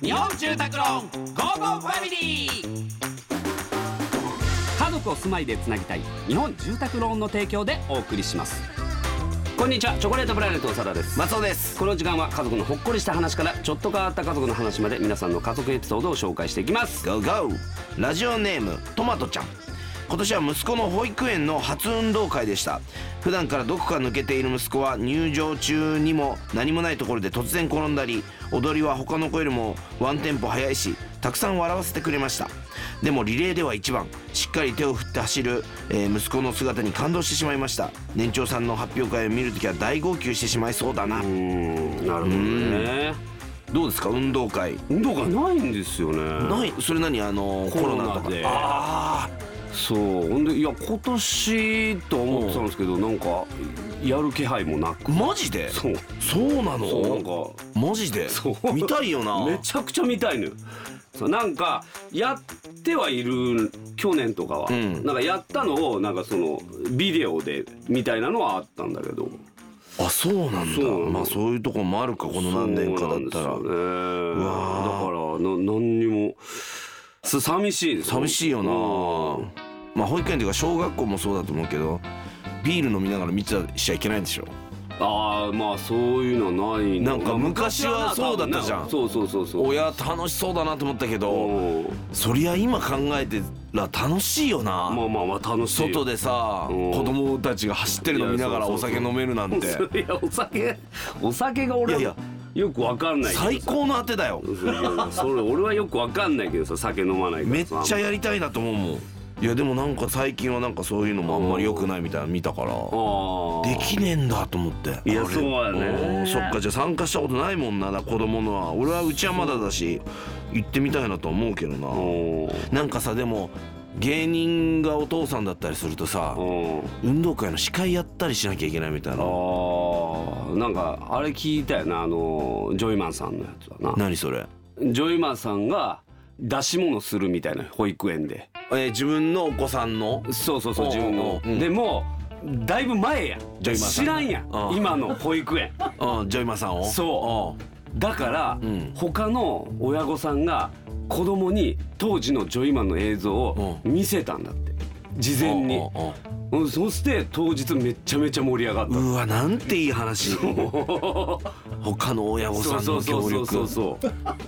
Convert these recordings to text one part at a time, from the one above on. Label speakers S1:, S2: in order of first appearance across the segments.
S1: 日本住宅ローンゴーゴーファミリー家族を住まいでつなぎたい日本住宅ローンの提供でお送りしますこんにちはチョコレートプラネット長田です
S2: 松尾です
S1: この時間は家族のほっこりした話からちょっと変わった家族の話まで皆さんの家族エピソードを紹介していきます
S2: GO!GO! ラジオネームトマトちゃん今年は息子の保育園の初運動会でした普段からどこか抜けている息子は入場中にも何もないところで突然転んだり踊りは他の子よりもワンテンポ早いしたくさん笑わせてくれましたでもリレーでは一番しっかり手を振って走る、えー息子の姿に感動してしまいました年長さんの発表会を見るときは大号泣してしまいそうだな
S1: うーんなるほどね
S2: どうですか運動会
S1: 運動会ないんですよね
S2: ないそれ何あのコロナとか
S1: で
S2: あ
S1: そうほんでいや今年と思ってたんですけどなんかやる気配もなく
S2: マジで
S1: そう
S2: そうなの
S1: そうなんか
S2: マジで
S1: そう
S2: 見たいよな
S1: めちゃくちゃ見たいのよそうなんかやってはいる去年とかは、
S2: うん
S1: なんかやったのをなんかそのビデオでみたいなのはあったんだけど
S2: あそうなんだ
S1: そう
S2: まあそういうとこもあるかこの何年かだったら
S1: そうなんですよねだ
S2: わ
S1: からな何にもす寂しいです
S2: 寂しいよ
S1: うん
S2: なまあ保育園というか小学校もそうだと思うけどビール飲みながら見てたしちゃいけないんでしょ
S1: ああまあそういうのはない
S2: なんか昔はそうだったじゃ
S1: 多分
S2: ん
S1: なそうそうそうそう
S2: 親楽しそうだなと思ったけど
S1: うん
S2: そりゃ今考えてら楽しいよな
S1: まあまあまあ楽しい
S2: 外でさ
S1: うん
S2: 子供たちが走ってるの見ながら
S1: いや
S2: お
S1: そうそう
S2: 酒
S1: そう
S2: 飲めるなん
S1: い
S2: て
S1: やお酒お酒が俺はい
S2: や
S1: よくわかんないけど
S2: 最高の当てだよ
S1: そういやそれ俺はよくわかんないけどさ酒飲まないから
S2: めっちゃやりたいなと思うもんいやでもなんか最近はなんかそういうのもあんまり良くないみたいなの見たから
S1: あ
S2: できねえんだと思って
S1: いや
S2: あれ
S1: そうやね
S2: んそっかじゃあ参加したことないもんな子供のは俺はうちはまだだし行ってみたいなとは思うけど
S1: あ
S2: な
S1: お
S2: なんかさでも芸人がお父さんだったりするとさ
S1: お
S2: 運動会の司会やったりしなきゃいけないみたいな
S1: あーなんかあれ聞いたよなあのジョイマンさんのやつだな
S2: 何それ
S1: ジョイマンさんが出し物するみたいな保育園で
S2: えー自分のお子さんの
S1: そうそうそう
S2: おう
S1: 自分の
S2: うん
S1: でもだいぶ前や
S2: ジョイマンさん
S1: 知らんや
S2: ああ
S1: 今の保育園
S2: うんジョイマンさんを
S1: そうだから、
S2: うん
S1: 他の親御さんが子供に当時のジョイマンの映像を見せたんだって事前
S2: ん
S1: に
S2: うんうん
S1: うんそして当日めちゃめちゃ盛り上がった
S2: うわなんていい 話他の親御さんの 協
S1: そ
S2: 力
S1: うそうそうそ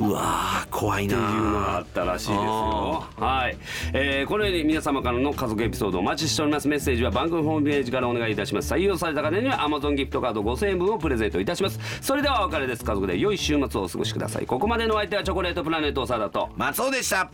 S1: う
S2: うわー怖い
S1: っていうのがあ
S2: な
S1: ったらしいですよはい、えー、このように皆様からの家族エピソードお待ちしておりますメッセージは番組ホームページからお願いいたします採用された方には Amazon ギフトカード5000円分をプレゼントいたしますそれではお別れです家族で良い週末をお過ごしくださいここまでのお相手はチョコレートプラネット長田と
S2: 松尾でした